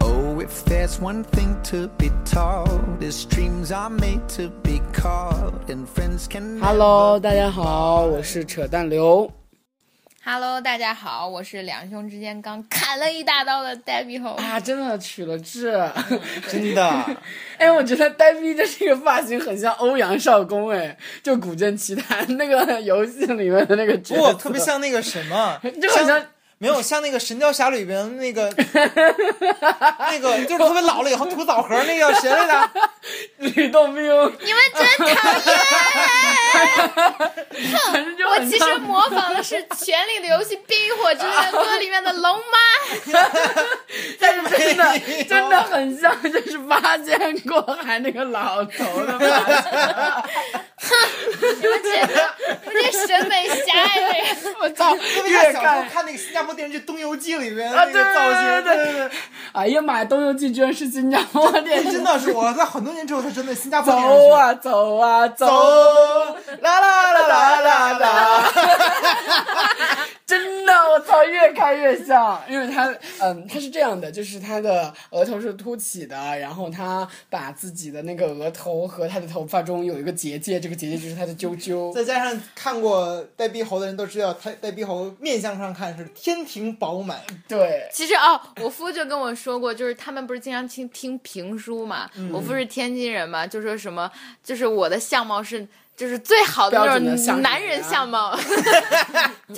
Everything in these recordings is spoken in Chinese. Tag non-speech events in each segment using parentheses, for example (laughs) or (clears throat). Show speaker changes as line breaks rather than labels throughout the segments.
Oh, If there's one thing to be taught, is dreams are made to be caught, and friends can.
Hello，大家好，我是扯淡刘。
Hello，大家好，我是两兄之间刚砍了一大刀的呆逼猴。
啊，真的取了志。
真的，
(laughs) 哎，我觉得呆逼这是一个发型很像欧阳少恭，哎，就《古剑奇谭》那个游戏里面的那个角
不，
色，
特别，像那个什么，
就好像
没有像那个《神雕侠侣》里边那个那个，就是特别老了以后吐枣核那个谁来着？
吕洞宾，
(laughs) 你们真讨厌！
反正就
我
很
其实
像
模仿的是《权力的游戏》《冰与火之恋》歌里面的龙妈。
但是真的真的很像，就是八仙过海那个老头的发型。
你们这你们这审美狭隘的人，
我
(laughs)
操，
特别
越
像小时候
看。
看那个新加坡电视剧《东游记》里边
啊
那个造
对对
型，
对
对对
哎呀妈呀，《东游记》居然是新加坡电
对，
视
真的是我在很多年之后才真的新加坡电视
走
剧。
啊走啊走，
走，啦啦啦啦啦啦！
真的，我操，越看越像，因为他，嗯，他是这样的，就是他的额头是凸起的，然后他把自己的那个额头和他的头发中有一个结界，这个结界就是他的啾啾。
再加上看过呆逼猴的人都知道，呆呆逼猴面相上看是天庭饱满，
(laughs) 对，
(laughs) 其实哦，我夫就跟我说过，就是他们不是经常听听评书嘛，我夫是天津人嘛，就说什么，就是我的相貌是。就是最好的
标
那
准的相
种
貌
男人相貌， (laughs) 就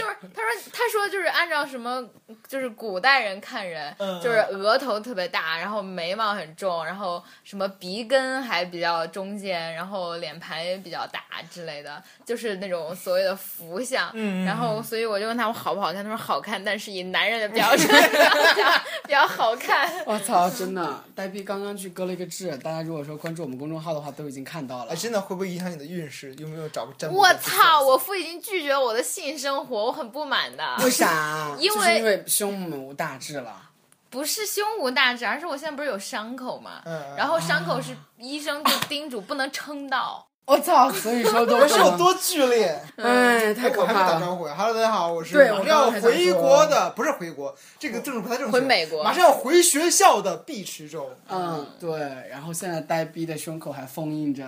是他说他说就是按照什么，就是古代人看人，
嗯
就是额头特别大，然后眉毛很重，然后什么鼻根还比较中间，然后脸盘也比较大之类的，就是那种所谓的福相。
嗯嗯嗯
然后所以我就问他我好不好看，他说好看，但是以男人的标准 (laughs) 比较好看。
我操，真的，呆逼刚刚去割了一个痣，大家如果说关注我们公众号的话，都已经看到了
哎，。真的会不会影响你的运势？有没有找个占卜
我
大师算一
操！
算？
我父已经拒绝我的性生活，我很不满的。
为啥？ (laughs)
因为
就是因为胸无大志 (laughs) 了。
不是胸无大志，而是我现在不是有伤口嘛，
嗯嗯
然后伤口是医生就叮嘱不能撑到。
我哦操，所以说都
我是有多剧烈？
(laughs) 哎，太可
我还没
怕
打
了。
招呼呀！Hello，大家好，我是
对
马上
我刚
要
刚还想
回国的，不是回国，这个政治不太正确。
回美国
马上要回学校的毕池州。
嗯，对，然后现在呆逼的胸口还封印着。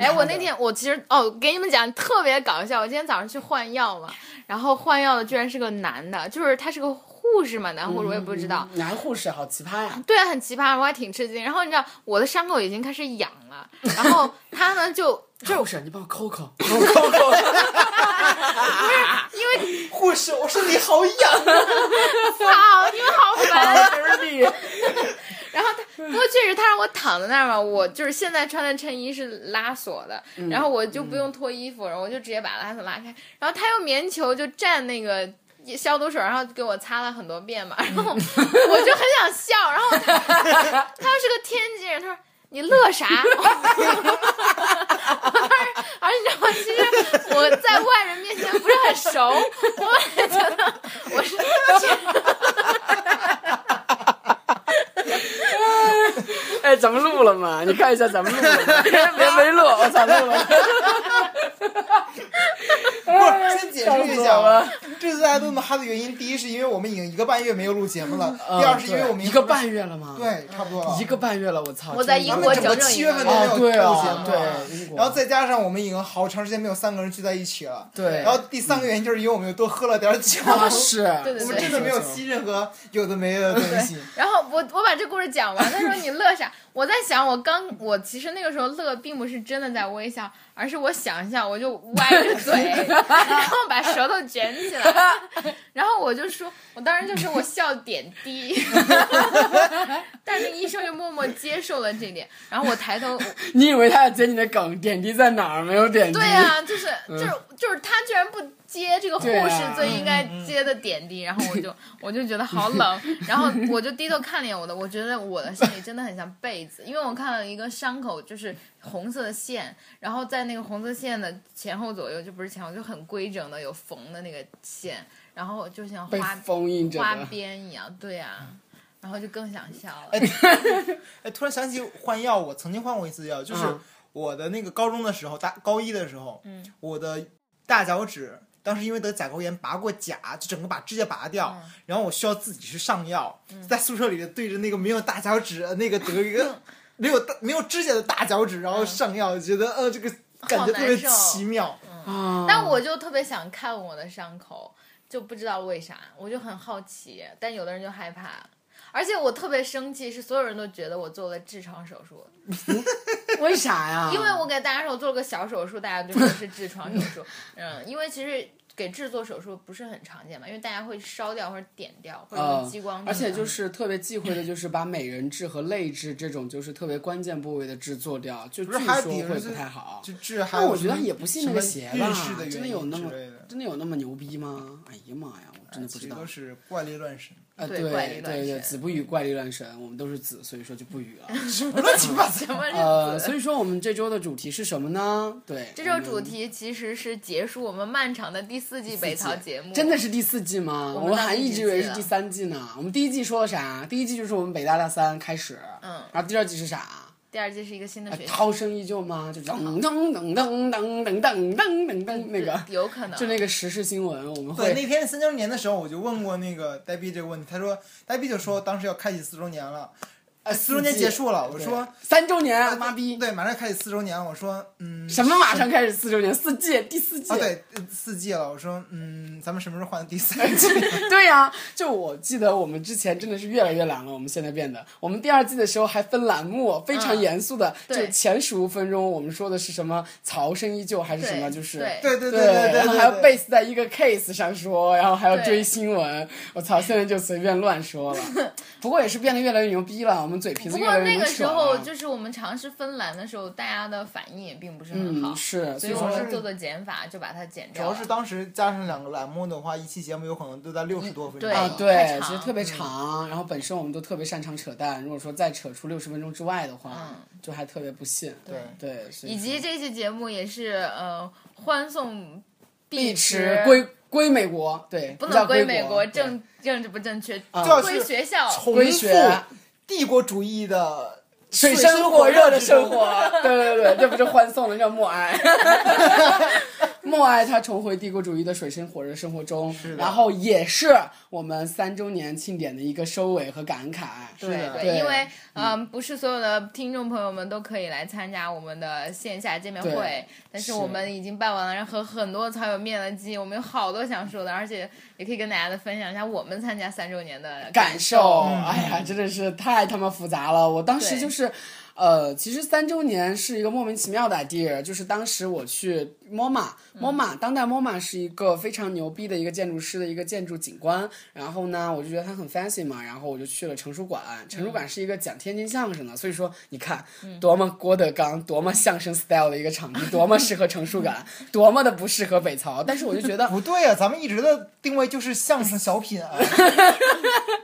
哎，我那天我其实哦，给你们讲特别搞笑。我今天早上去换药嘛，然后换药的居然是个男的，就是他是个护士嘛，男护士我也不知道。
男护士好奇葩呀！
对啊，很奇葩，我还挺吃惊。然后你知道我的伤口已经开始痒了，然后他呢就 (laughs)
护士，你帮我抠抠。
护士，我身体
(laughs)
好
(laughs)
痒。啊
操，你们好烦。啊
dirty，
然后他不过确实他让我躺在那儿嘛，我就是现在穿的衬衣是拉锁的，然后我就不用脱衣服，然后我就直接把拉锁拉开。然后他用棉球就蘸那个。消毒水，然后给我擦了很多遍嘛，然后我就很想笑，然后他他又是个天津人，他说你乐啥？而且你知道吗？其实我在外人面前不是很熟，我也觉得我是，
哎，咱们录了吗？你看一下咱们录了吗？别没录，我操，录了。
不是，先解释一下
笑
吧。这次大家都那么哈的原因，第一是因为我们已经一个半月没有录节目了，第二是因为我们
嗯一个半月了吗？，
对，差不多了
一。个半月了，我操！
我在
真的
英
咱
国
们
矫正
整个
一下
七月份都没有
哦，
录
对
节
啊，
目了。
对，英国。
然后再加上我们已经好长时间没有三个人聚在一起了。
对
然后第三个原因就是因为我们又多喝了点酒，
啊是，
对对
我
对
们真的没有吸任何有的没的东西。
然后我我把这故事讲完，他说你乐啥？ (laughs) 我在想，我刚我其实那个时候乐，并不是真的在微笑，而是我想象，我就歪着嘴，然后把舌头卷起来， (laughs) 然后我就说，我当时就说我笑点低， (laughs) 但是医生就默默接受了这点。然后我抬头，
你以为他要接你的梗，点滴在哪儿？没有点滴。
对呀、就是就是就是他居然不接这个护
啊嗯对
士
啊
最应该接的点滴，然后
(laughs)
我就我就觉得好冷，然后我就低头看了一眼我的，我觉得我的心里真的很像被子，因为我看到一个伤口就是红色的线，然后在那个红色线的前后左右，就不是前后，就很规整的有缝的那个线，然后就像
被
花
封印着
花
的。
边一样，对呀、然后就更想笑了。
哎，突然想起换药，我曾经换过一次药，就是
嗯
我的那个高中的时候，大高一的时候，
嗯
我的大脚趾当时因为得甲沟炎拔过甲，就整个把指甲拔掉，
嗯
然后我需要自己去上药，在宿舍里对着那个没有大脚趾的那个得一
嗯
个 (laughs) 没有大没有指甲的大脚趾，然后上药，我觉得呃这个感觉特
好
别
难受
奇妙。
啊，
但我就特别想看我的伤口，就不知道为啥，我就很好奇。但有的人就害怕，而且我特别生气，是所有人都觉得我做了痔疮手术，
为啥呀？
因为我给大家说我做了个小手术，大家就说是痔疮手
(laughs)
术。嗯，因为其实给痔做手术不是很常见嘛，因为大家会烧掉或者点掉，或者用
嗯
激光、
而且就。是特别忌讳的，就是把美人痣和泪痣这种就是特别关键部位的痣做掉，就据
不是还
说
有底
会
人是
不太好。
就治还
但
有
我
什
觉得
么
也不信
什
那
么
个邪
运
吧
势的，
真
原
的
因
有那
之
么
类的
真的有那么牛逼吗？哎呀妈呀，我真的不
其
知
实
道
都。是怪力乱神，
呃，
对
对
怪力
对
乱
对，
神
子不语怪力乱神，我们都是子，所以说就不语
(laughs)
了。
乱七八糟。
什
(laughs)
么日子？
呃，所以说我们这周的主题是什么呢？对，
这周
我们
主题其实是结束我们漫长的第四季北
四季
逃节目，
真的是第四季吗？
我
我
们
们
到
还
第
一
几
直以为
季
是
了
第三季呢。我们第一季说了啥？第一季就是我们北大大三开始，
嗯
然后第二季是啥？
第二季是一个新的
呃
学期，
涛声依旧吗？就噔噔噔噔噔噔噔噔噔噔那个，
有可能
就那个时事新闻，我们
对，
会
那天三周年的时候，我就问过那个呆逼这个问题，他说呆逼就说当时要开启四周年了，
呃
四周年结束了，我说
三周年
啊，
妈逼，
对，马上开启四周年了，我说嗯，
什么马上开始四周年，四季第四季
啊，，对，呃四季了，我说嗯，咱们什么时候换
(laughs)
第三季？
(laughs) 对呀、就我记得我们之前真的是越来越懒了，我们现在变得，我们第二季的时候还分栏目，非
嗯
常严肃的，
对
就前十五分钟我们说的是什么曹生依旧还是
对
什么，就是
对
对对对对
然后还要
对
base 在一个 case 上说，然后还要
对
追新闻，我操，现在就随便乱说了，
(laughs)
不过也是变得越来越牛逼了，我们嘴皮
不
子越
过
来越
那
能
个时
扯啊
候
了。
就是我们尝试芬兰的时候，大家的反应也并不是很好，
嗯，是，
所
所
以
以
我
说
们做做减法就把它减
主
掉
要
了
是。当时加上两个栏目的话，一期节目有可能都在六十多分钟。
对
啊，
太
对，
长嗯
其实特别长，然后本身我们都特别擅长扯淡，如果说再扯出六十分钟之外的话，就还特别不信。
对
对，所以
嗯以及
说
这期节目也是呃欢送
碧
池
池归归美国，对，
不
不叫
能
归
美国，
对
政政治不正确，
这
归
是
学校。
重
归
复
学
帝国主义的
水深火热的生活，对对对，这不是欢送的叫默哀。 (laughs) 默哀他重回帝国主义的水深火热生活中，
的
然后也是我们三周年庆典的一个收尾和感慨。
对
是的
对，
对
因为嗯，不是所有的听众朋友们都可以来参加我们的线下见面会
对，
但
是
是我们已经办完了，然后和很多草友面了机，我们有好多想说的，而且也可以跟大家的分享一下我们参加三周年的
感受
受。，
哎呀，真的是太他妈复杂了。我当时
对
就是，呃，其实三周年是一个莫名其妙的 idea，就是当时我去 MoMA，MoMA、当代 MoMA 是一个非常牛逼的一个建筑师的一个建筑景观，然后呢，我就觉得它很 fancy 嘛，然后我就去了成书馆，成书馆是一个讲天津相声的，所以说你看多么郭德纲，多么相声 style 的一个场地，多么适合成书馆，多么的不适合北曹，但是我就觉得
不对啊，咱们一直的定位就是相声小品啊，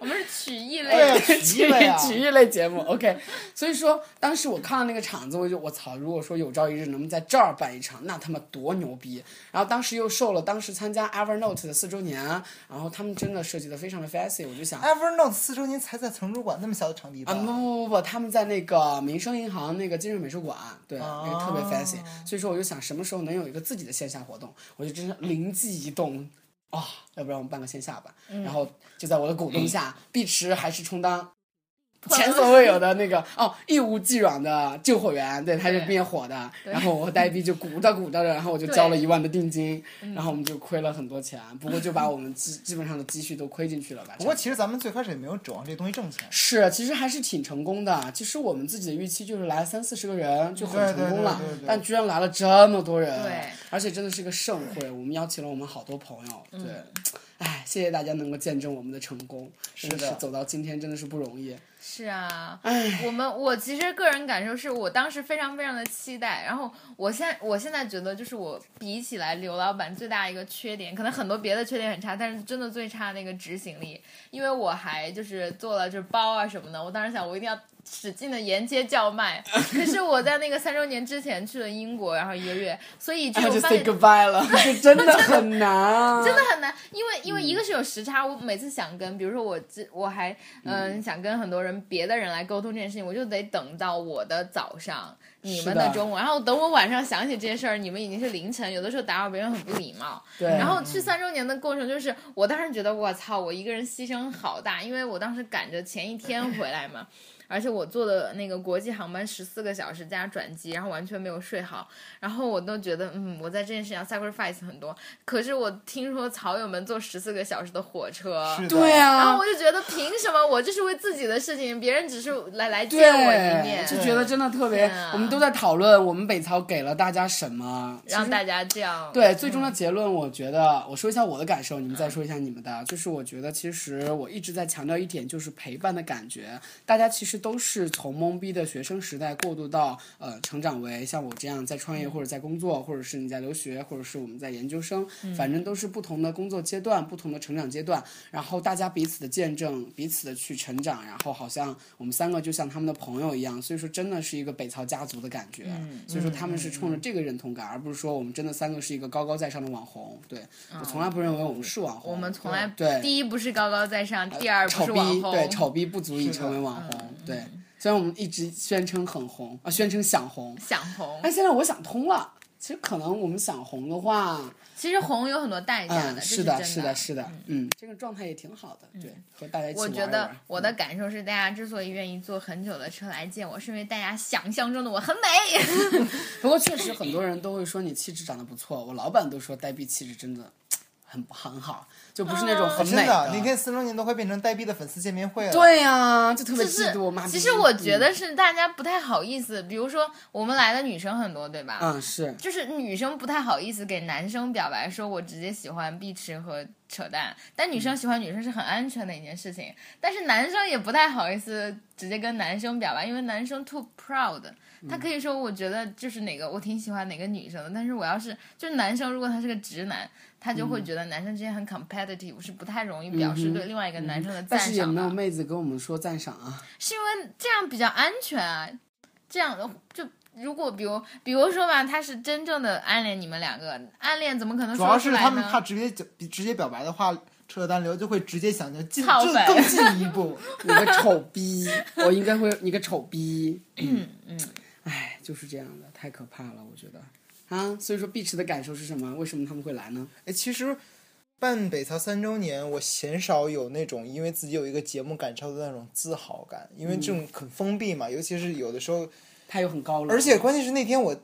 我们是曲艺 (laughs)
对
类
(laughs)
啊，
的，
曲艺类啊，
体育类节目，OK。所以说，当时我看到那个场子，我就我操，如果说有朝一日能在这儿办一场，那他妈多牛逼！然后当时又受了当时参加 Evernote 的四周年，然后他们真的设计的非常的 fancy，我就想。
Evernote 四周年才在成都馆那么小的场地吧
啊，不不不不，他们在那个民生银行那个金润美术馆，对，那个特别
哦
fancy，所以说我就想什么时候能有一个自己的线下活动，我就真是灵机一动啊、要不然我们办个线下吧，
嗯
然后就在我的鼓动下，碧池还是充当前所未有的那个哦，一无既往的救火员，对，他是
对
灭火的。
对
然后我和呆逼就鼓捣鼓捣着，然后我就交了一万的定金，
嗯
然后我们就亏了很多钱，不过就把我们基基本上的积蓄都亏进去了吧。
不过其实咱们最开始也没有指望这东西挣钱，
是，其实还是挺成功的。其实我们自己的预期就是来三四十个人就很
对
成功了
对对对对，
但居然来了这么多人，
对，
而且真的是个盛会，我们邀请了我们好多朋友，
嗯
对，哎，谢谢大家能够见证我们的成功，真
是的
是走到今天真的是不容易。
是啊，我们我其实个人感受是我当时非常非常的期待，然后我现在我现在觉得就是我比起来刘老板最大一个缺点，可能很多别的缺点很差，但是真的最差那个执行力，因为我还就是做了就是包啊什么的，我当时想我一定要使劲的沿街叫卖，可是我在那个三周年之前去了英国，然后一个月，所以就
然后
我
啊哎就
发
say goodbye
现
了，就真的很难，啊
真的很难，因为因为一个是有时差，我每次想跟，比如说我之我还呃嗯、想跟很多人别的人来沟通这件事情，我就得等到我的早上你
是
们
的
的中午。然后等我晚上想起这些事儿，你们已经是凌晨，有的时候打扰别人很不礼貌。
对
然后去三周年的过程，就是我当时觉得我操，我一个人牺牲好大，因为我当时赶着前一天回来嘛。而且我坐的那个国际航班十四个小时加转机，然后完全没有睡好，然后我都觉得，嗯，我在这件事情上 sacrifice 很多。可是我听说草友们坐十四个小时的火车，
是的
对
然后
啊
我，就觉得凭什么我这是为自己的事情，别人只是来来见我一
对
面，，
就觉得真的特别
对啊，
我们都在讨论我们北曹给了大家什么，
让大家这样
对，最终的结论，我觉得我说一下我的感受，你们再说一下你们的。就是我觉得，其实我一直在强调一点，就是陪伴的感觉。大家其实都是从懵逼的学生时代过渡到呃成长为像我这样在创业或者在工作，或者是你在留学，或者是我们在研究生，反正都是不同的工作阶段、不同的成长阶段。然后大家彼此的见证，彼此的去成长，然后好像我们三个就像他们的朋友一样，所以说真的是一个北曹家族的感觉。
嗯
所以说他们是冲着这个认同感，而不是说我们真的三个是一个高高在上的网红。对我从来不认为我们是网红，
啊我们从来
对呃
第一不是高高在上，第二不
丑
是
逼
网红，嗯
对丑逼不足以
是的
成为网红。对，虽然我们一直宣称很红啊，宣称想红，
想红
但。现在我想通了，其实可能我们想红的话，
其实红有很多代价
嗯，
的，这
是
的，嗯
是的，是的，嗯，这个状态也挺好的，对，和大家一起
我
玩一
觉得
玩。
我的感受是，大家之所以愿意坐很久的车来见我，是因为大家想象中的我很美。
不过确实很多人都会说你气质长得不错，我老板都说呆逼气质真的很很好，就不是那种很
真
美
的，那天四周年都快变成呆逼的粉丝见面会了。，
对呀、就特别
就
嫉
(laughs) 是
妒。妈逼
其实我觉，得是大家不太好意思，比如说我们来的女生很多，对吧？
嗯，嗯是
就是女生不太好意思给男生表白，说我直接喜欢碧池和扯淡，但女生喜欢女生是很安全的一件事情。但是男生也不太好意思直接跟男生表白，因为男生 too proud，他可以说我觉得就是哪个我挺喜欢哪个女生的，但是我要是就是男生，如果他是个直男，他就会觉得男生之间很 competitive，是不太容易表示对另外一个男生的赞
但是也
赏
没
的。
有妹子跟我们说赞赏啊。
是因为这样比较安全啊，这样就如果比如比如说吧，他是真正的暗恋你们两个，暗恋怎么可能
主要
说出
是
来
他们怕
呢？
直接直接表白的话，扯单流就会直接想就
(laughs)
进
操
就
粉
更进一步。 (laughs)
你个丑逼， (laughs) 我应该会你个丑逼。嗯嗯，哎，就是这样的，太可怕了，我觉得。啊，所以说碧池的感受是什么？为什么他们会来呢？
哎，其实办北曹三周年，我鲜少有那种因为自己有一个节目感受到那种自豪感，因为
嗯
这种很封闭嘛，尤其是有的时候，
他又很高冷，
而且关键是那天我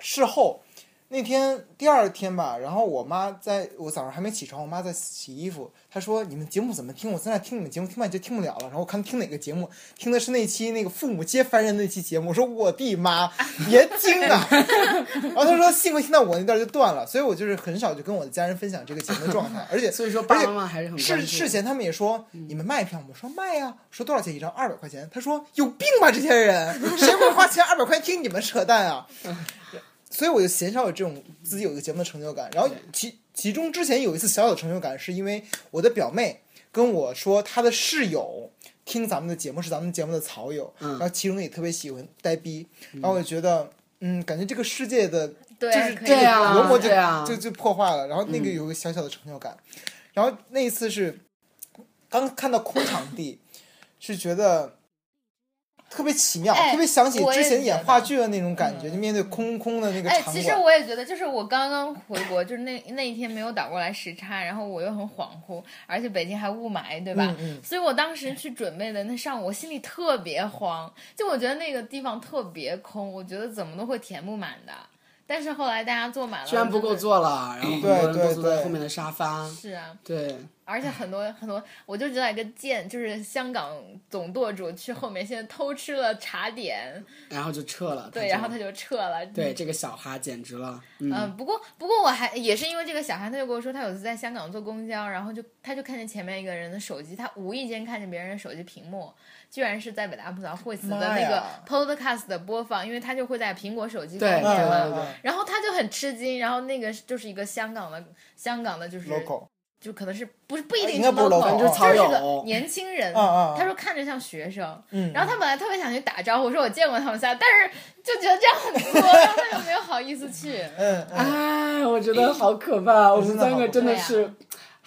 事后。那天第二天吧，然后我妈在我早上还没起床，我妈在洗衣服。她说：“你们节目怎么听？我在那听你们节目，听半截听不了了。”然后我看听哪个节目，听的是那期那个父母皆凡人那期节目。我说：“我的妈，别听
(laughs)
啊！”然后她说：“幸亏听到我那段就断了。”所以我就是很少就跟我的家人分享这个节目的状态，而且
(laughs) 所以说
而
爸
且
妈妈还是很关嗯
事
注
事前他们也说你们卖票吗？我说卖呀、说多少钱一张？二百块钱。他说有病吧这些人，谁会花钱二百块钱听你们扯淡啊？所以我就鲜少有这种自己有一个节目的成就感。然后其其中之前有一次小小的成就感，是因为我的表妹跟我说她的室友。听咱们的节目是咱们节目的草友，然后其中也特别喜欢呆逼，然后我就觉的，嗯，感觉这个世界的
对，
就是
可以
这嗯个
对啊
薄膜就、
对啊
就就破坏了，然后那个有个小小的成就感，然后那一次是刚看到空场地，是觉得特别奇妙，
哎
特别想起
我也
之前
觉
演
得嗯
话剧的那种感觉，就面对空空的那个
哎，
场
其实
馆。
我也觉得，就是我刚刚回国，就是那那一天没有倒过来时差，然后我又很恍惚，而且北京还雾霾，对吧？
嗯嗯
所以我当时去准备的那上午，我心里特别慌，就我觉得那个地方特别空，我觉得怎么都会填不满的。但是后来大家坐满了，
虽然不
我
够
就
坐了，然后很多
对
人都
对
坐在
对
后面的沙发。
是啊，
对，
而且很多很多，我就知道一个贱，就是香港总舵主去后面现在偷吃了茶点，
然后就撤了。就
对，然后他就撤了。
对，这个小哈简直了，嗯，
嗯，不过不过我还也是因为这个小孩，他就跟我说，他有次在香港坐公交，然后就他就看见前面一个人的手机，他无意间看见别人的手机屏幕，居然是在北大吐槽会死的
妈
那个
呀
podcast 的播放，因为他就会在苹果手机
对
上
嗯
面
对
嘛
对对，
然后他就很吃惊，然后那个就是一个香港的香港的就是
嗯，local，
就可能是不是不一定
啊应该不是
local，就是
local，
就是
是
草
个
友
年轻人。
嗯嗯嗯
他说看着像学生，
嗯
然后他本来特别想去打招呼，说我见过他们仨，但是就觉得这样很多，然后他就没
(laughs)
有好意思去。
嗯嗯，
啊哎，我觉得好可怕，我们
真的好
三个
可
真的
怕
是。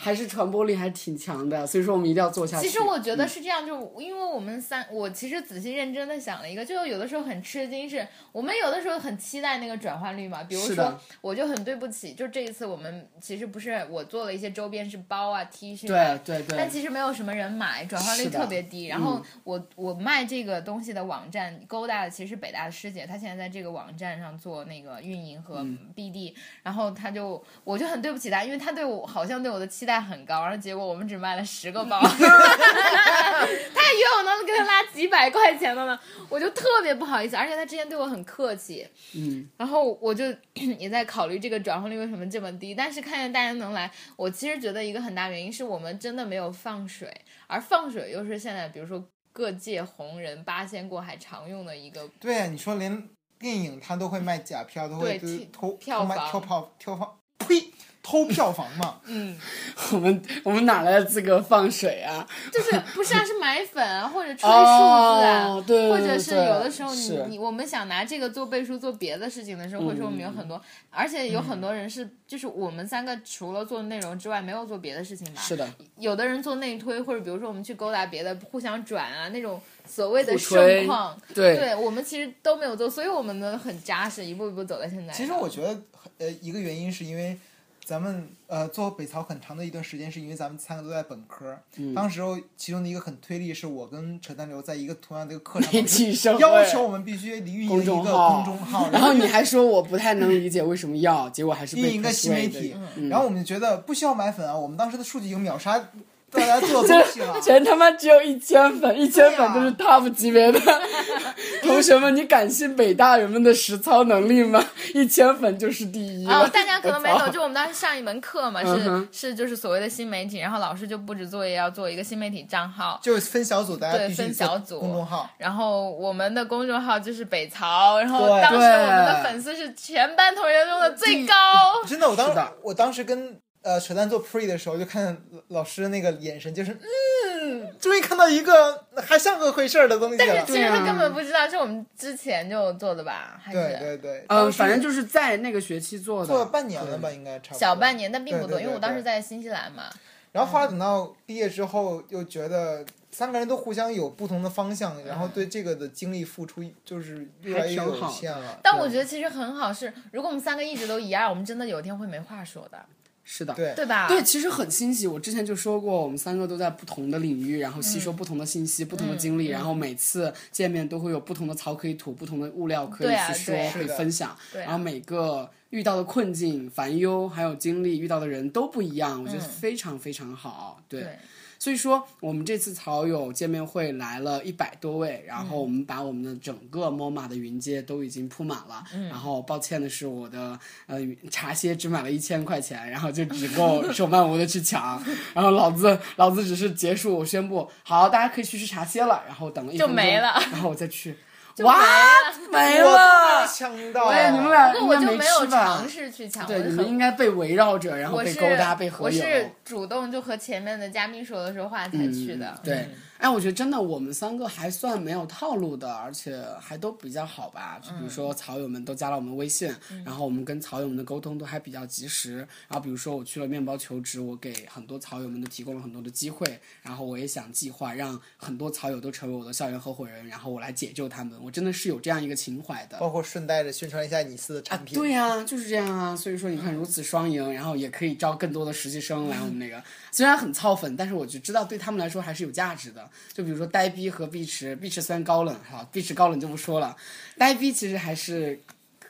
还是传播力还是挺强的，所以说我们一定要做下去。嗯
其实我觉得
嗯
是这样，就因为我们三，我其实仔细认真的想了一个，就有的时候很吃惊是，我们有的时候很期待那个转化率嘛。比如
是
说
的，
我就很对不起，就这一次我们其实不是我做了一些周边是包啊 T 恤啊，
对对对
但，其实没有什么人买，转化率
是的嗯
特别低。然后我、我卖这个东西的网站勾搭的其实是北大的师姐，她现在在这个网站上做那个运营和
嗯
BD，、然后她就我就很对不起她，因为她对我好像对我的期待很高，然后结果我们只卖了十个
(laughs)
包，她还以为我能给她拉几百块钱的呢，我就特别不好意思，而且她之前对我很客气，
嗯，
然后我就 (clears throat) 也在考虑这个转化率为什么这么低，但是看见大家能来，我其实觉得一个很大原因是我们真的没有放水，而放水又是现在比如说各界红人八仙过海常用的一个，
对啊，你说连电影他都会卖假票，都会
对
就是
替
偷
票
偷卖
房。
偷票偷房，呸，偷票房嘛
嗯，
我们我们哪来的资格放水啊？
就是 (laughs) 不是啊，是买粉啊，或者吹数字啊。
哦，对，对
或者是
对
有的时候你
是
你我们想拿这个做背书做别的事情的时候，会说我们
嗯
有很多，而且有很多人是就是我们三个除了做内容之外，没有做别的事情吧？
是的，
有的人做内推，或者比如说我们去勾搭别的，互相转啊那种所谓的
互吹
盛况，
对
我们其实都没有做，所以我们呢很扎实，一步一步走到现在。
其实我觉得，呃，一个原因是因为咱们呃做北曹很长的一段时间，是因为咱们三个都在本科儿。
嗯
当时候其中的一个很推力是我跟陈丹流在一个同样的一个课
(laughs)
上，
媒体社会
要求我们必须运营一
公
个
众
公众号，
(laughs) 然后你还说我不太能理解为什么要，结果还是被
运营一个新媒
persuaded
体，然后我们觉得不需要买粉啊，我们当时的数据已经秒杀大家做的东
(laughs)
西了
这。全他妈只有一千
啊
粉，一千粉都是 top 级别
(laughs)
的。同学们，你敢信北大人们的实操能力吗？一千粉就是第一
啊、
了。
大家可能没懂，
我操
就我们当时上一门课嘛，
嗯
是
哼
是就是所谓的新媒体，然后老师就布置作业要做一个新媒体账号，
就是分小组，大家
对
必须
分
做
小组
公众号。
然后我们的公众号就是北曹，然后
对
当时我们的
对
粉丝是全班同学中的最高，
(laughs) 真的，我当
是的
我当时跟呃扯淡做 pre 的时候，就看老师那个眼神，就是嗯，终于看到一个 (laughs) 还像个回事儿的东西
但
了
是。其实
对
他
啊
根本不知道是我们之前就做的吧，还是
对对对，
(laughs) 嗯，反正就是在那个学期做的，
做了半年了吧，应该差不多。
小半。年，但并不多，
对对对
因为我当时在新西兰嘛。
然后后来等到毕业之后，又觉得三个人都互相有不同的方向，然后对这个的精力付出就是越来越
还
有
挺好的
限了。
但我觉得其实很好是，如果我们三个一直都一样，我们真的有一天会没话说的，
是的，
对
对吧？
对，其实很欣喜。我之前就说过，我们三个都在不同的领域，然后
嗯
吸收不同的信息、不同的经历，然后每次见面都会有不同的槽可以吐，不同的物料可以
对
去
啊
说、
对
可以
是的
分享。
对啊
然后每个遇到的困境、烦忧，还有经历遇到的人都不一样，我觉得
嗯
非常非常好。对。
对
所以说，我们这次草友见面会来了一百多位，然
嗯
后我们把我们的整个 MoMA 的云街都已经铺满了。
嗯
然后抱歉的是，我的呃茶歇只买了一千块钱，然后就只
(laughs)
够手慢无的去抢。然后老子老子只是结束，我宣布好，大家可以去吃茶歇了。然后等了一
就
分钟
没了
然后我再
(laughs)
去，哇，没
我
了
被。呛到
哎
了。
你们俩
不过我
应该没
就没有
吃吧
尝试去抢，
对，
我
你
就
们应
很。
该被围绕着，然后
我
被
是
勾搭、被合
我
影。哦嗯
是主动就和前面的嘉宾说的时候话才去的，嗯
对，哎，我觉得真的我们三个还算没有套路的，而且还都比较好吧。就比如
嗯
说草友们都加了我们微信，然后我们跟草友们的沟通都还比较及时。然后比如说我去了面包求职，我给很多草友们都提供了很多的机会，然后我也想计划让很多草友都成为我的校园合伙人，然后我来解救他们。我真的是有这样一个情怀的。
包括顺带着宣传一下你司的产品。
对呀、就是这样啊。所以说，你看如此双赢，然后也可以招更多的实习生来我们那个。虽然很操粉，但是我就知道对他们来说还是有价值的。就比如说呆逼和碧池，碧池虽然高冷哈，碧池高冷就不说了，呆逼其实还是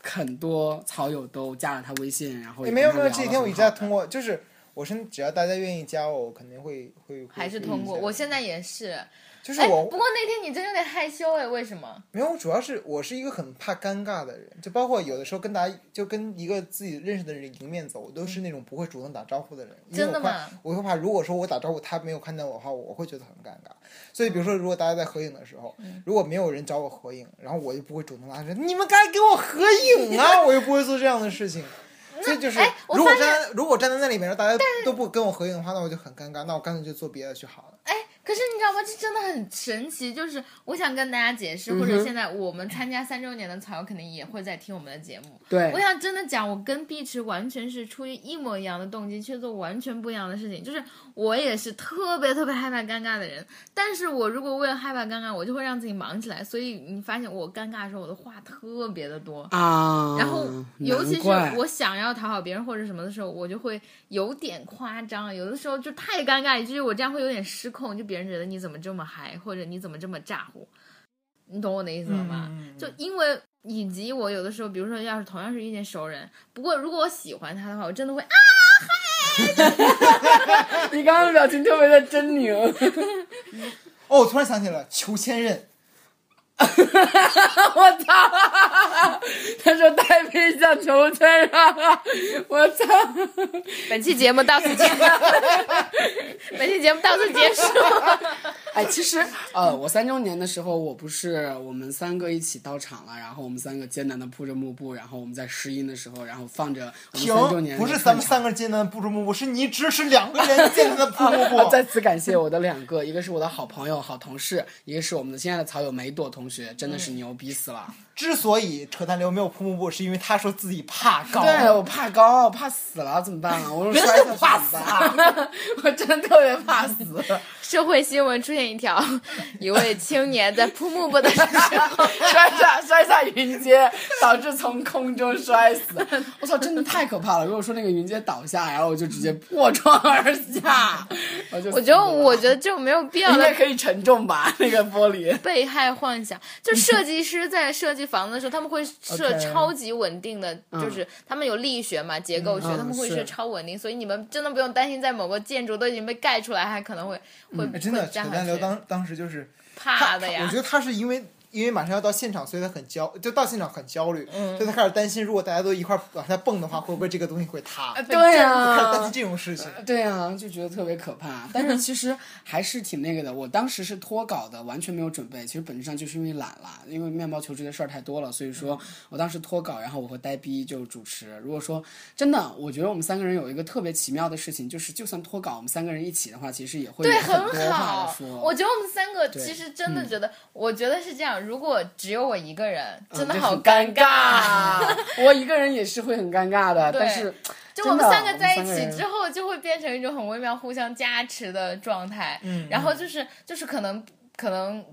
很多草友都加了他微信，然后也
哎没有
跟他
没
聊
有，这几
得
天我
很
一直在
好的
通过，就是我是只要大家愿意加我，我肯定会会会
还是通过。
会
我现在也是，
就是
哎，
我、
不过那天你真有点害羞哎，为什么？
没有，主要是我是一个很怕尴尬的人，就包括有的时候跟大家就跟一个自己认识的人迎面走，我都是那种不会主动打招呼的人，因为
嗯真的
我怕
吗
我会怕，如果说我打招呼他没有看到我的话，我会觉得很尴尬。所以比如
嗯
说，如果大家在合影的时候，如果没有人找我合影，然后我就不会主动拉着你们该给我合影啊，我又不会做这样的
(laughs)
事情。所以就是
哎，我
如果
发现
站在如果站在那里面，然后大家都不跟我合影的话，那我就很尴尬，那我干脆就做别的去好了。
哎，可是你知道吗？这真的很神奇。就是我想跟大家解释，或
嗯
者现在我们参加三周年的草友肯定也会在听我们的节目。
对
我，想真的讲，我跟碧池完全是出于一模一样的动机去做完全不一样的事情。就是我也是特别特别害怕尴尬的人，但是我如果为了害怕尴尬，我就会让自己忙起来。所以你发现我尴尬的时候，我的话特别的多。
啊，
然后，尤其
难
是
怪
我想要讨好别人或者什么的时候，我就会有点夸张，有的时候就太尴尬，以至于我这样会有点失控，就别人觉得你怎么这么嗨，或者你怎么这么咋呼，你懂我的意思了吧？
嗯
就因为以及我有的时候，比如说要是同样是遇见熟人，不过如果我喜欢他的话，我真的会啊，
(laughs) 你刚刚的表情特别的狰狞，
哦，我突然想起了求千仞，
我操！他说太偏向求真了，啊我操！
本期节目到此结束，本期节目到此结束，
哎，其实呃，我三周年的时候，我不是我们三个一起到场了，然后我们三个艰难的铺着幕布，然后我们在试音的时候，然后放着我们
停
三周年，
不是咱们三个艰难的步入幕布，是你只是两个人艰难的步入幕
(laughs) 啊
布。
再次感谢我的两个，一个是我的好朋友、好同事，一个是我们的亲爱的草友梅朵同学，真的
嗯
是牛逼死了。
之所以扯淡流没有铺幕布，是因为他说自己怕高。哎
对我怕高，怕死了，怎么办啊？我说摔下去
怕啊
怎么办？我真的特别怕死。
社会新闻出现一条，一位青年在铺幕布的时候。
(laughs) 摔下摔下云阶，导致从空中摔死。我操，真的太可怕了！如果说那个云阶倒下，然后我就直接破窗而下，我就
我觉得，我觉得这种没有必要
应该
的
可以承重吧，那个玻璃。
被害幻想。就设计师在设计房子的时候，他们会设
OK
超级稳定的，就是他们有力学嘛、结构学，
嗯
他们会
是
设超稳定，所以你们真的不用担心，在某个建筑都已经被盖出来，还可能会
嗯
会
哎真的
会
扯
站
淡流
上去，
当当时就是
怕的
我
呀
觉。得他是因为因为马上要到现场，所以他很焦，就到现场很焦虑，所以他开始担心，如果大家都一块儿往下蹦的话，会不会这个东西会塌？
呃
对呀、
开
啊
始担心这种事情。
对啊，就觉得特别可怕。但是其实还是挺那个的。我当时是脱稿的，完全没有准备。其实本质上就是因为懒啦，因为面包求职的事儿太多了，所以
嗯
说我当时脱稿，然后我和呆逼就主持。如果说真的，我觉得我们三个人有一个特别奇妙的事情，就是就算脱稿，我们三个人一起的话，其实也会有
对，
很多话
好
的说。。
我觉得我们三个
对嗯
其实真的觉得，我觉得是这样。如果只有我一个人，真的
这
好
嗯很尴尬， (laughs) 我一个人也是会很尴尬的。
对
但是
就
真
我们
的
三个在一
我们三个人
起之后，就会变成一种很微妙、互相加持的状态。
嗯
然后就是就是可能可能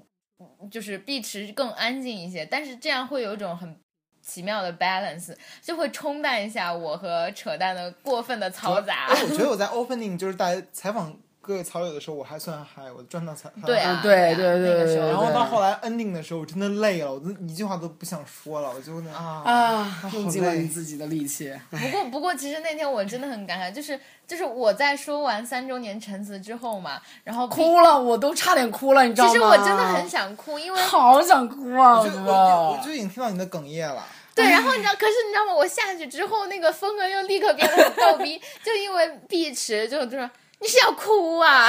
就是碧池更安静一些，但是这样会有一种很奇妙的 balance，就会冲淡一下我和扯淡的过分的嘈杂。
哎，我觉得我在 opening 就是大家采访各位草友的时候，我还算嗨，我赚到采
对
啊。
啊，
嗯对
对啊
对对
那个时候
对
然后
呢
到后来 ending 的时候，我真的累了，我都一句话都不想说了，我就那啊，
啊，用尽了
累
你自己的力气。
不过，不过，其实那天我真的很感慨，就是就是我在说完三周年陈词之后嘛，然后碧
哭了，我都差点哭了，你知道
其
吗？
实我真的很想哭，因为
好想哭啊！
我
觉
就
得
我就已经听到你的哽咽了。
哎
对，然后你知道，可是你知道吗？我下去之后，那个风格又立刻变得很逗
(laughs)
逼，就因为碧池就就说。你是要哭啊？ (laughs)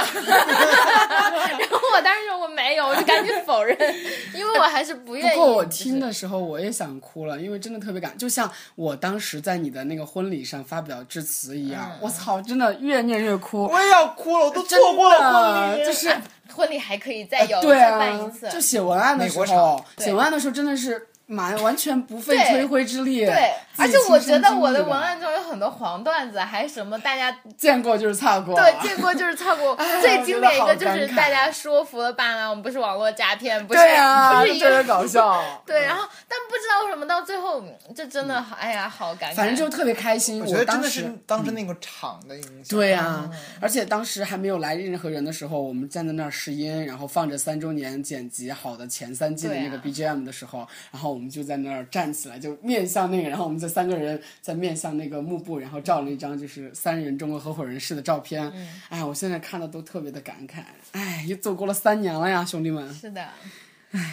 然后我当时说我没有，我就赶紧否认，因为我还是不愿意。
不过我听的时候我也想哭了，因为真的特别感，就像我当时在你的那个婚礼上发表致辞一样，
嗯
我操，真的越念越哭。
我也要哭了，我都
真
错过了婚
的
礼，
就是
就是啊婚礼还可以再有，
对
哎再办
啊
一次，。
就写文案的
美
时
国
场
场，
对
写文案的时候真的是蛮完全不费
对
吹灰之力。
对，
自
而
己
且我
亲
觉
身
得
经
我
历
的文案中有很多黄段子，还什么大家
见过就是擦过，
对，见过就是错
(laughs)
过。最经典一个就
哎我觉
是
得好尴尬
大家说服了伴郎，我们不是网络诈骗，不是
对啊，
不是
就
一
特
个
别搞
(laughs)
笑。
对，然后但不知道为什么到最后，嗯这真的好，哎呀，好感慨。
反正就特别开心。
我
我
觉得真
当
的
时嗯
是当时那个场的影响。
对
哦
啊，而且当时还没有来任何人的时候，我们站在那儿试音，然后放着三周年剪辑好的前三季的
对啊
那个 BGM 的时候，然后我们就在那儿站起来，就面向那个，然后我们这三个人在面向那个幕布，然后照了一张就是三人中国合伙人式的照片。
嗯
哎，我现在看的都特别的感慨，哎，也走过了三年了呀，兄弟们。
是的，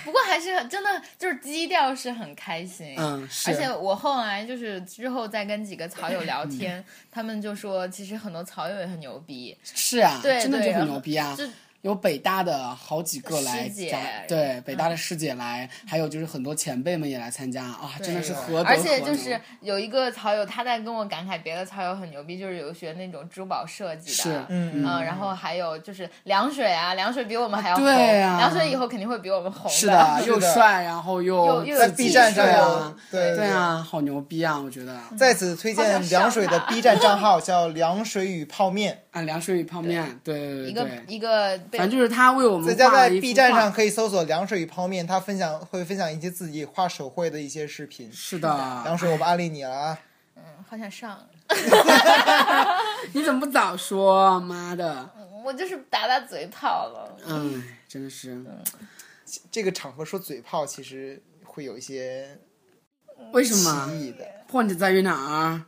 不过还是很真的就是基调是很开心。
嗯，是。
而且我后来就是之后再跟几个草友聊 (laughs) 天，他们就说其实很多草友也很牛逼，
嗯是啊，
对
真的
对
就很
然后
牛逼啊
就！
有北大的好几个来
师姐
讲，对，北大的师姐来，还有就是很多前辈们也来参加啊，真的是
对
何德
而且
何
就
能
是有一个草友，他在跟我感慨别的草友很牛逼，就是有学那种珠宝设计的，
是
嗯
嗯，然后还有就是凉水啊，凉水比我们还要红，
对啊
凉水以后肯定会比我们红
是
的
的，
是
又
的
帅，然后又
又又有
自
在
己
B 站上
对
有
啊，
对
对。啊，好牛逼啊！我觉得
在此推
好想
荐
上
凉水的
他
B 站账号，叫“凉水与泡
(laughs)
面
啊，凉水与泡
嗯
面，对对
一
对
个
对，
一个被
反正就是他为我”，们
在
画
家
了
在
一
B
幅
站
画
上可以搜索“凉水与泡面”，他分享会分享一些自己画手绘的一些视频。
是啊的
凉，水，我们安利你了啊！
好想上，
你怎么不早说？妈的，
我就是打打嘴炮了。
嗯，真的是，
这个场合说嘴炮，其实会有一些
为什
歧
么
义的。
point 在于哪儿？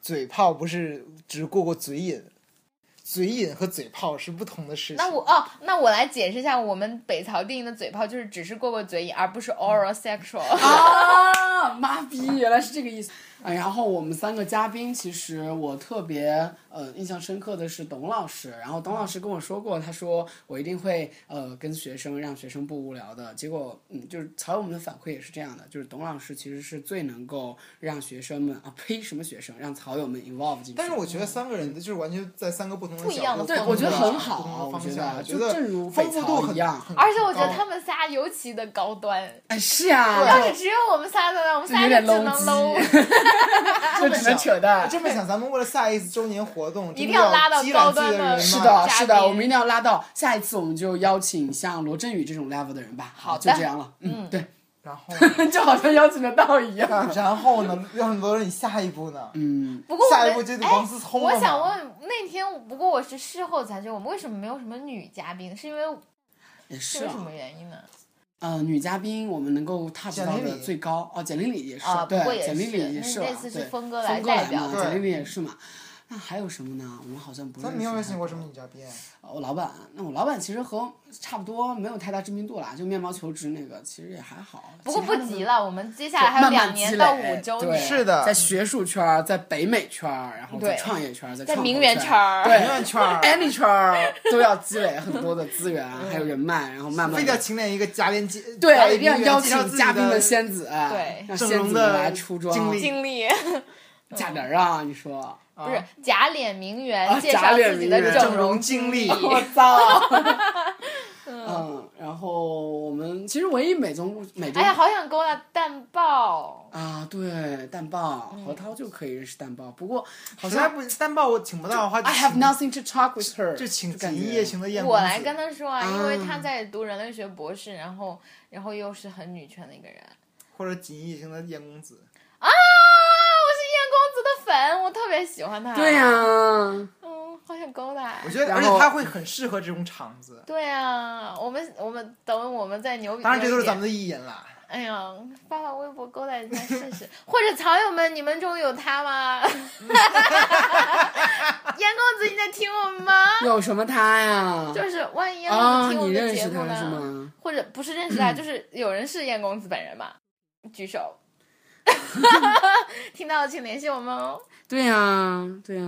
嘴炮不是只过过嘴瘾，嘴瘾和嘴炮是不同的事情。
那我哦，那我来解释一下，我们北曹定义的嘴炮就是只是过过嘴瘾，而不是
嗯
oral sexual。
啊，妈逼，原来是这个意思。啊，然后我们三个嘉宾，其实我特别呃印象深刻的是董老师，然后董老师跟我说过，他说我一定会呃跟学生让学生不无聊的。结果嗯，就是曹友我们的反馈也是这样的，就是董老师其实是最能够让学生们啊 (laughs) 呸什么学生，让曹友们 involve 进去。
但是我觉得三个人的就是完全在三个不同的
不一样的
角度
对
不同
我觉得
立场
很好
不
我
同的
觉
方
得啊
向，我
就
觉得
正如
丰富度
北朝
很
一样
(laughs)
很
而且我觉得
哦
高
他们仨尤其的高端，
哎是呀、
要是只有我们仨的话，我们
就
仨
有点
就只能
low
low。
鸡，就只能扯淡
我。哎这么想，咱们为了下一次周年活动，
一定
真的
要拉到
积攒
高
自己
端
人
的
脉
是
嘉
的，
宾
是的，我们一定要拉到下一次，我们就邀请像罗振宇这种 level 的人吧。好，
好
就
的
这样了。嗯，对，
然后，
(laughs) 就好像邀请得到一样。
然后呢？要是罗你下一步呢？
嗯，
不过我
下
们
一步就得
哎
王思聪了
我想
嘛
问，那天不过我是事后才知道，我们为什么没有什么女嘉宾？是因为
也是
是因为什
啊
么。原因呢？
呃，女嘉宾我们能够 touch
简
到
玲
的
玲
最高哦，简玲玲也是
啊，，不过
对，
也
简玲玲也
是
是
那
嘛，
那次是
对，
峰
峰
哥
哥
来代表
嘛，
对
简玲玲也是嘛。那还有什么呢？我们好像不认
咱
识。
没有邀请过什么？女嘉宾，啊
我老板，那我老板其实和差不多，没有太大知名度啦，就面包求职那个，其实也还好。
不过
其
不
他的
急了，我们接下来还有
慢慢
两
积
年到
累
五周
对
年，
是的
在学术圈儿，在北美圈儿，然后在
对
创业圈儿，在
在
创投
名媛
圈
圈儿
对
名媛圈儿
(laughs) any 圈儿都要积累很多的资源，还有人脉，然后慢慢
非得
地
要请点一个嘉宾介，嘉
对，一
宾
定要
名媛
邀
介绍自
请
己
嘉宾
的
的仙子，啊
对
让
整
仙
容
子
的
来出装
经历
经历。
贾玲儿啊，你说
不
哦
是假脸名媛
啊
介
假
绍
脸
自己
名
的
媛
整
整
容
容经
(laughs)
历
我操，嗯，然后我们其实唯一美中不美中
哎呀，好想勾搭蛋爆！
啊，对蛋豹
嗯
何涛就可以认识蛋豹，不过好
实在
像
不单报我请不到的话，就
I have
请
nothing to talk with her，
就请
感
锦
觉
衣夜行的燕公
我
子。
来跟他说啊，因为他
啊
在读人类学博士，然后然后又是很女权的一个人啊，
或者锦衣夜行的燕公子，
我是燕公子的粉，我特别喜欢他。
对呀、
嗯，好想勾搭。
我觉得，
然
而且
后
他会很适合这种场子。
对啊，我们我们等我们再牛逼。
当然，这都是咱们
的。
的意淫啦。
哎呀，发发微博勾搭人家试试，或者藏友们，你们中有他吗？ (laughs) 燕公子，你在听我们吗？
(laughs) 有什么他呀？
就是万一燕公
啊，
子听我
你
们的
认
节
识
目
他是
呢？
吗？
或者不是认
(clears throat)
识他，就是有人是燕公子本人嘛？举
(laughs)
手。听到的请联系我们哦。
对呀、对呀、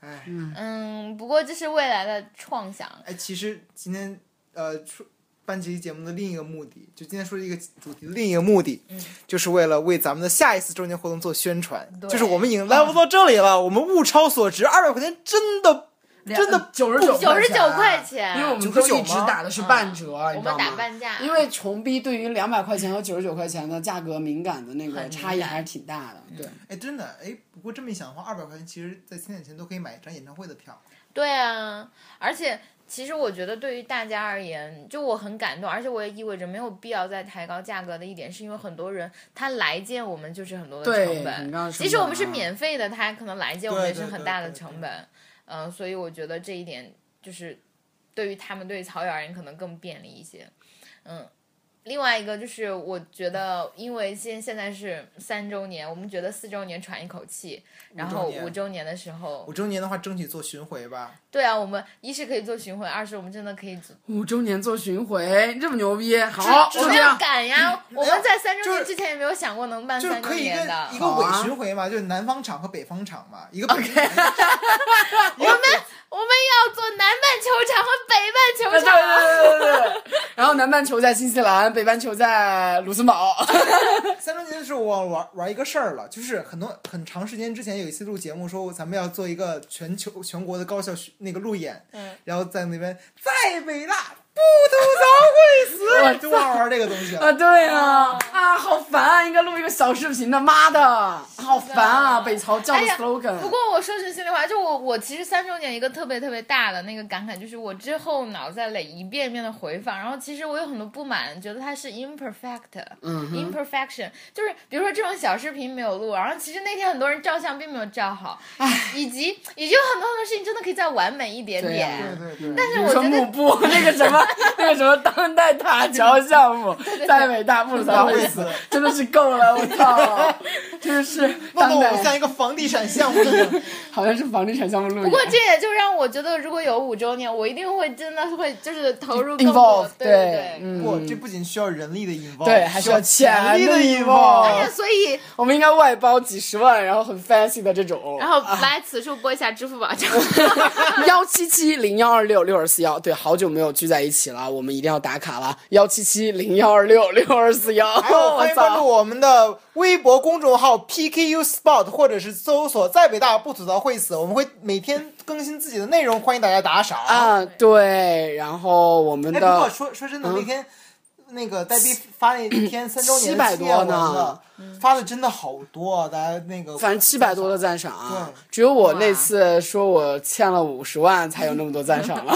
哎，
嗯，不过这是未来的创想。
啊
哎，其实今天呃出办这期节目的另一个目的，就今天说的一个主题的另一个目的，
嗯
就是为了为咱们的下一次周年活动做宣传。
对哦
就是我们已经 level 到这里了，我们物超所值，二百块钱真的真的
九十九啊
九十九块，钱，嗯
因为我们都
99
一直打的是半折，你知
我
道吗？
们打半价
因为穷逼对于两百块钱和九十九块钱的价格敏感的那个
很
差
敏
异
感
还是挺大的。对，
哎真的哎。不过这么一想的话，二百块钱其实在三点前都可以买一张演唱会的票。
对啊，而且其实我觉得对于大家而言，就我很感动，而且我也意味着没有必要再抬高价格的一点，是因为很多人他来见我们就是很多的
对
成
很
本，
高的成
即使我们
本
是
啊
免费的，他可能来见我们
对
也是
对
很
对
大的
对
成
对
本，嗯、所以我觉得这一点就是对于他们对于草友而言可能更便利一些，嗯，另外一个就是，我觉得因为现现在是三周年，我们觉得四周年喘一口气，然后
年
五周年的时候
五，周年的话，争取做巡回吧。
对啊，我们一是可以做巡回，二是我们真的可以做，
五周年做巡回，这么牛逼，
(laughs)
好，
我
就
们
这
要
样。
赶呀！我们在三周
嗯哎就
年
是
之前也没有想过能办
就是
三周
可以一
年
个一
的。
个
好
伪
啊
巡回嘛，就是南方场和北方场嘛，一个北
我们我们要做南半球场和北
对
呃
对
半球场。啊
对对对对， (laughs) 然后南半球在新西兰，北半球在卢森
(laughs)
堡。
三周年的时候，我玩玩一个事儿了，就是很多很长时间之前有一次录节目说，咱们要做一个全球全国的高校巡那个路演，
嗯，
然后在那边再伟大不吐槽会死，就玩玩这个东西
啊，
了。
对
嗯
啊，啊，好烦啊！应该录一个小视频的，妈的，好烦啊！北朝教的
哎呀
slogan，
不过我说句心里话，就我我其实三周年一个特别特别大的那个感慨，就是我之后脑在累一遍一遍的回放，然后其实我有很多不满，觉得它是 imperfect，
嗯哼
imperfection，就是比如说这种小视频没有录，然后其实那天很多人照相并没有照好，以及以及有很多很多事情真的可以再完美一点
对啊呀
点。
对对对，
但是
比如
我
说
觉
幕
得
布 (laughs) 那个什么那个什么当代塔桥项目，再伟大不
大
能
会
会
死
死，，真的是够了，我操！真的是
弄得
当
我们
代，
像一个房地产项目一样。
好像是房地产项目录影。
不过这也就让我觉得，如果有五周年，我一定会真的会就是投入更多
involve，，
对对。
嗯，
不，这不仅需要人力的引爆，
对还需
需
要
钱
钱
力
的
的
引
引
爆
爆。
哎
哎呀，所以
我们应该外包几十万，然后很 fancy 的这种，
然后来此处拨一下支付宝账号。
幺七七零幺二六六二四幺，对，好久没有聚在一起了，我们一定要打卡了。幺七七零幺二六六二四幺，
还有
哦我
欢迎关注
操！
我们的微博公众号 PKU Spot，或者是搜索“再北大不吐槽会死”，我们会每天更新自己的内容，欢迎大家打赏。
啊，对，然后我们
哎，不过
的嗯
说说真的，那天那个呆逼发那篇三周年
七百多呢
纪念文的，发的真的好多啊，大家那个
反正七百多的赞赏啊
对，
只有我那次说我欠了五十万才有那么多赞赏
(laughs)
了。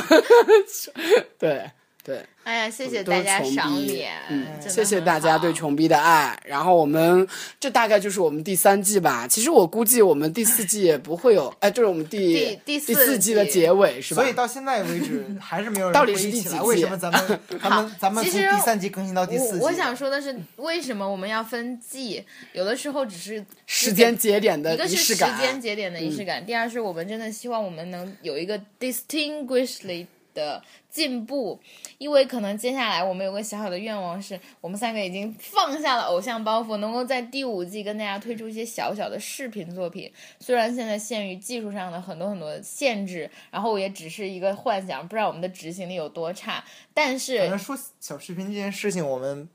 对对，
哎呀，谢谢大家赏脸，
嗯
真的
谢谢大家对穷逼的爱。然后我们这大概就是我们第三季吧。其实我估计我们第四季也不会有，哎，就是我们第
第第四
四季的
季
结尾是吧？
所以到现在为止还是没有人
到底是
回忆
第
起
几
来
季
为什么咱们咱们咱们
其
从
实
第三集更新到第四集？
我我想说的是，为什么我们要分季？有的时候只是
时间节点的
一个
仪
是
式
时
感，嗯
间节点的仪式感，嗯第二是我们真的希望我们能有一个 distinguishedly 的进步，因为可能接下来我们有个小小的愿望是，我们三个已经放下了偶像包袱，能够在第五季跟大家推出一些小小的视频作品。虽然现在限于技术上的很多很多限制，然后我也只是一个幻想，不知道我们的执行力有多差，但
反正
是。
说小视频这件事情，我们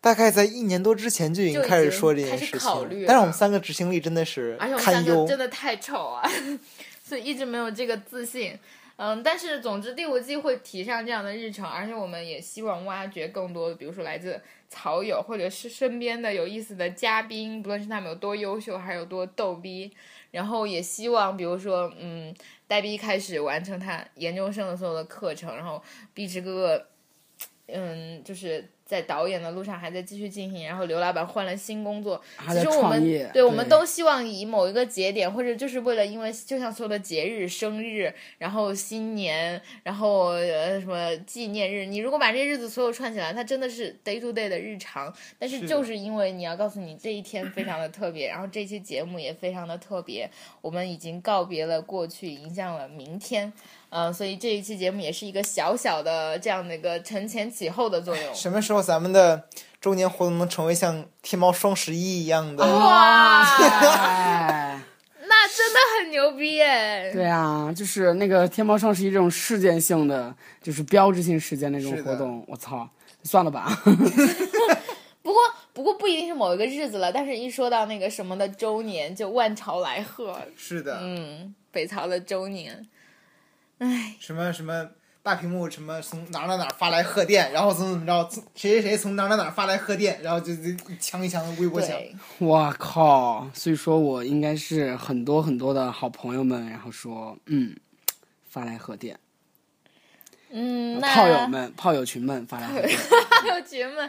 大概在一年多之前就已经
就已
开始
经
说这
开
件
始
事情
考
了
虑，了
但是我们三个执行力真的是
而且我们
堪
三个
忧。
真的太丑啊， (laughs) 所以一直没有这个自信。嗯，但是总之第五季会提上这样的日程，而且我们也希望挖掘更多，比如说来自草友或者是身边的有意思的嘉宾，不论是他们有多优秀，还有多逗逼。然后也希望，比如说，嗯，呆逼开始完成他研究生的所有的课程，然后碧池哥哥嗯，就是在导演的路上还在继续进行，然后刘老板换了新工作，
还
其
在
实我
创
们
业
对我们
对
都希望以某一个节点，或者就是为了因为就像所有的节日、生日，然后新年，然后呃什么纪念日，你如果把这些日子所有串起来，它真的是 day to day 的日常。但是
是
就是因为你要告诉你这一天非常的特别，然后这期节目也非常的特别，我们已经告别了过去，迎向了明天。嗯、所以这一期节目也是一个小小的这样的一个承前启后的作用。
什么时候咱们的周年活动能成为像天猫双十一一样的？
哦哇， (laughs)
哎，
那真的很牛逼耶！
对啊，就是那个天猫双十一这种事件性的，就是标志性事件那种
是的
活动，我操，算了吧。
不过不过不一定是某一个日子了，但是一说到那个什么的周年，就万朝来贺，
是的，
嗯，北朝的周年，
什么什么大屏幕什么从哪儿哪儿哪儿发来贺电，然后怎么怎么着，从谁谁谁从哪儿哪儿哪儿发来贺电，然后就就一枪一枪的微博响。
对，
我靠，所以说我应该是很多很多的好朋友们，然后说，嗯，发来贺电，
嗯，那
炮友们、炮友群们发来贺 (laughs) 电。
还有群们，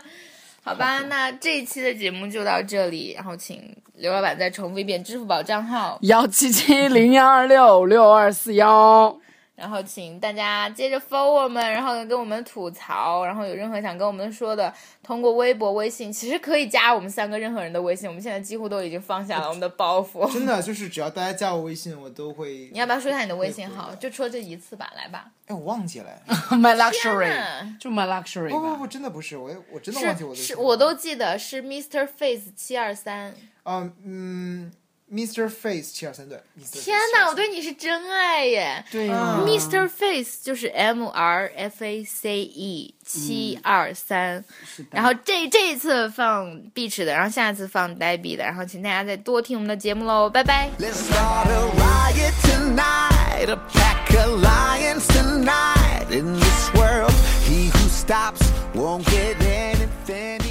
好吧，那这一期的节目就到这里，然后请刘老板再重复一遍支付宝账号，
幺七七零幺二六六二四幺，
然后请大家接着 follow 我们，然后跟我们吐槽，然后有任何想跟我们说的，通过微博、微信，其实可以加我们三个任何人的微信。我们现在几乎都已经放下了我们的包袱。
真的就是只要大家加我微信，我都会
你。要不要说一下你的微信号？就说这一次吧，来吧。
哎，我
(laughs)
忘记了。
(laughs) My luxury，
呐
就 My luxury
不不
吧。
不，真的不是我，我真的忘记我
是
的。
是，我都记得是 Mr. Face 七二三。
啊嗯，Mr. Face 七二三对。Mr.
天
哪，
哪，我对你是真爱耶！
对呀
嗯
Mr. Face 就是 M R F A C E 七二三，然后这这一次放 Beach 的，然后下一次放呆比的，然后请大家再多听我们的节目喽，拜拜。
Let's start a riot tonight, a pack alliance tonight. In this world, he who stops won't get anything.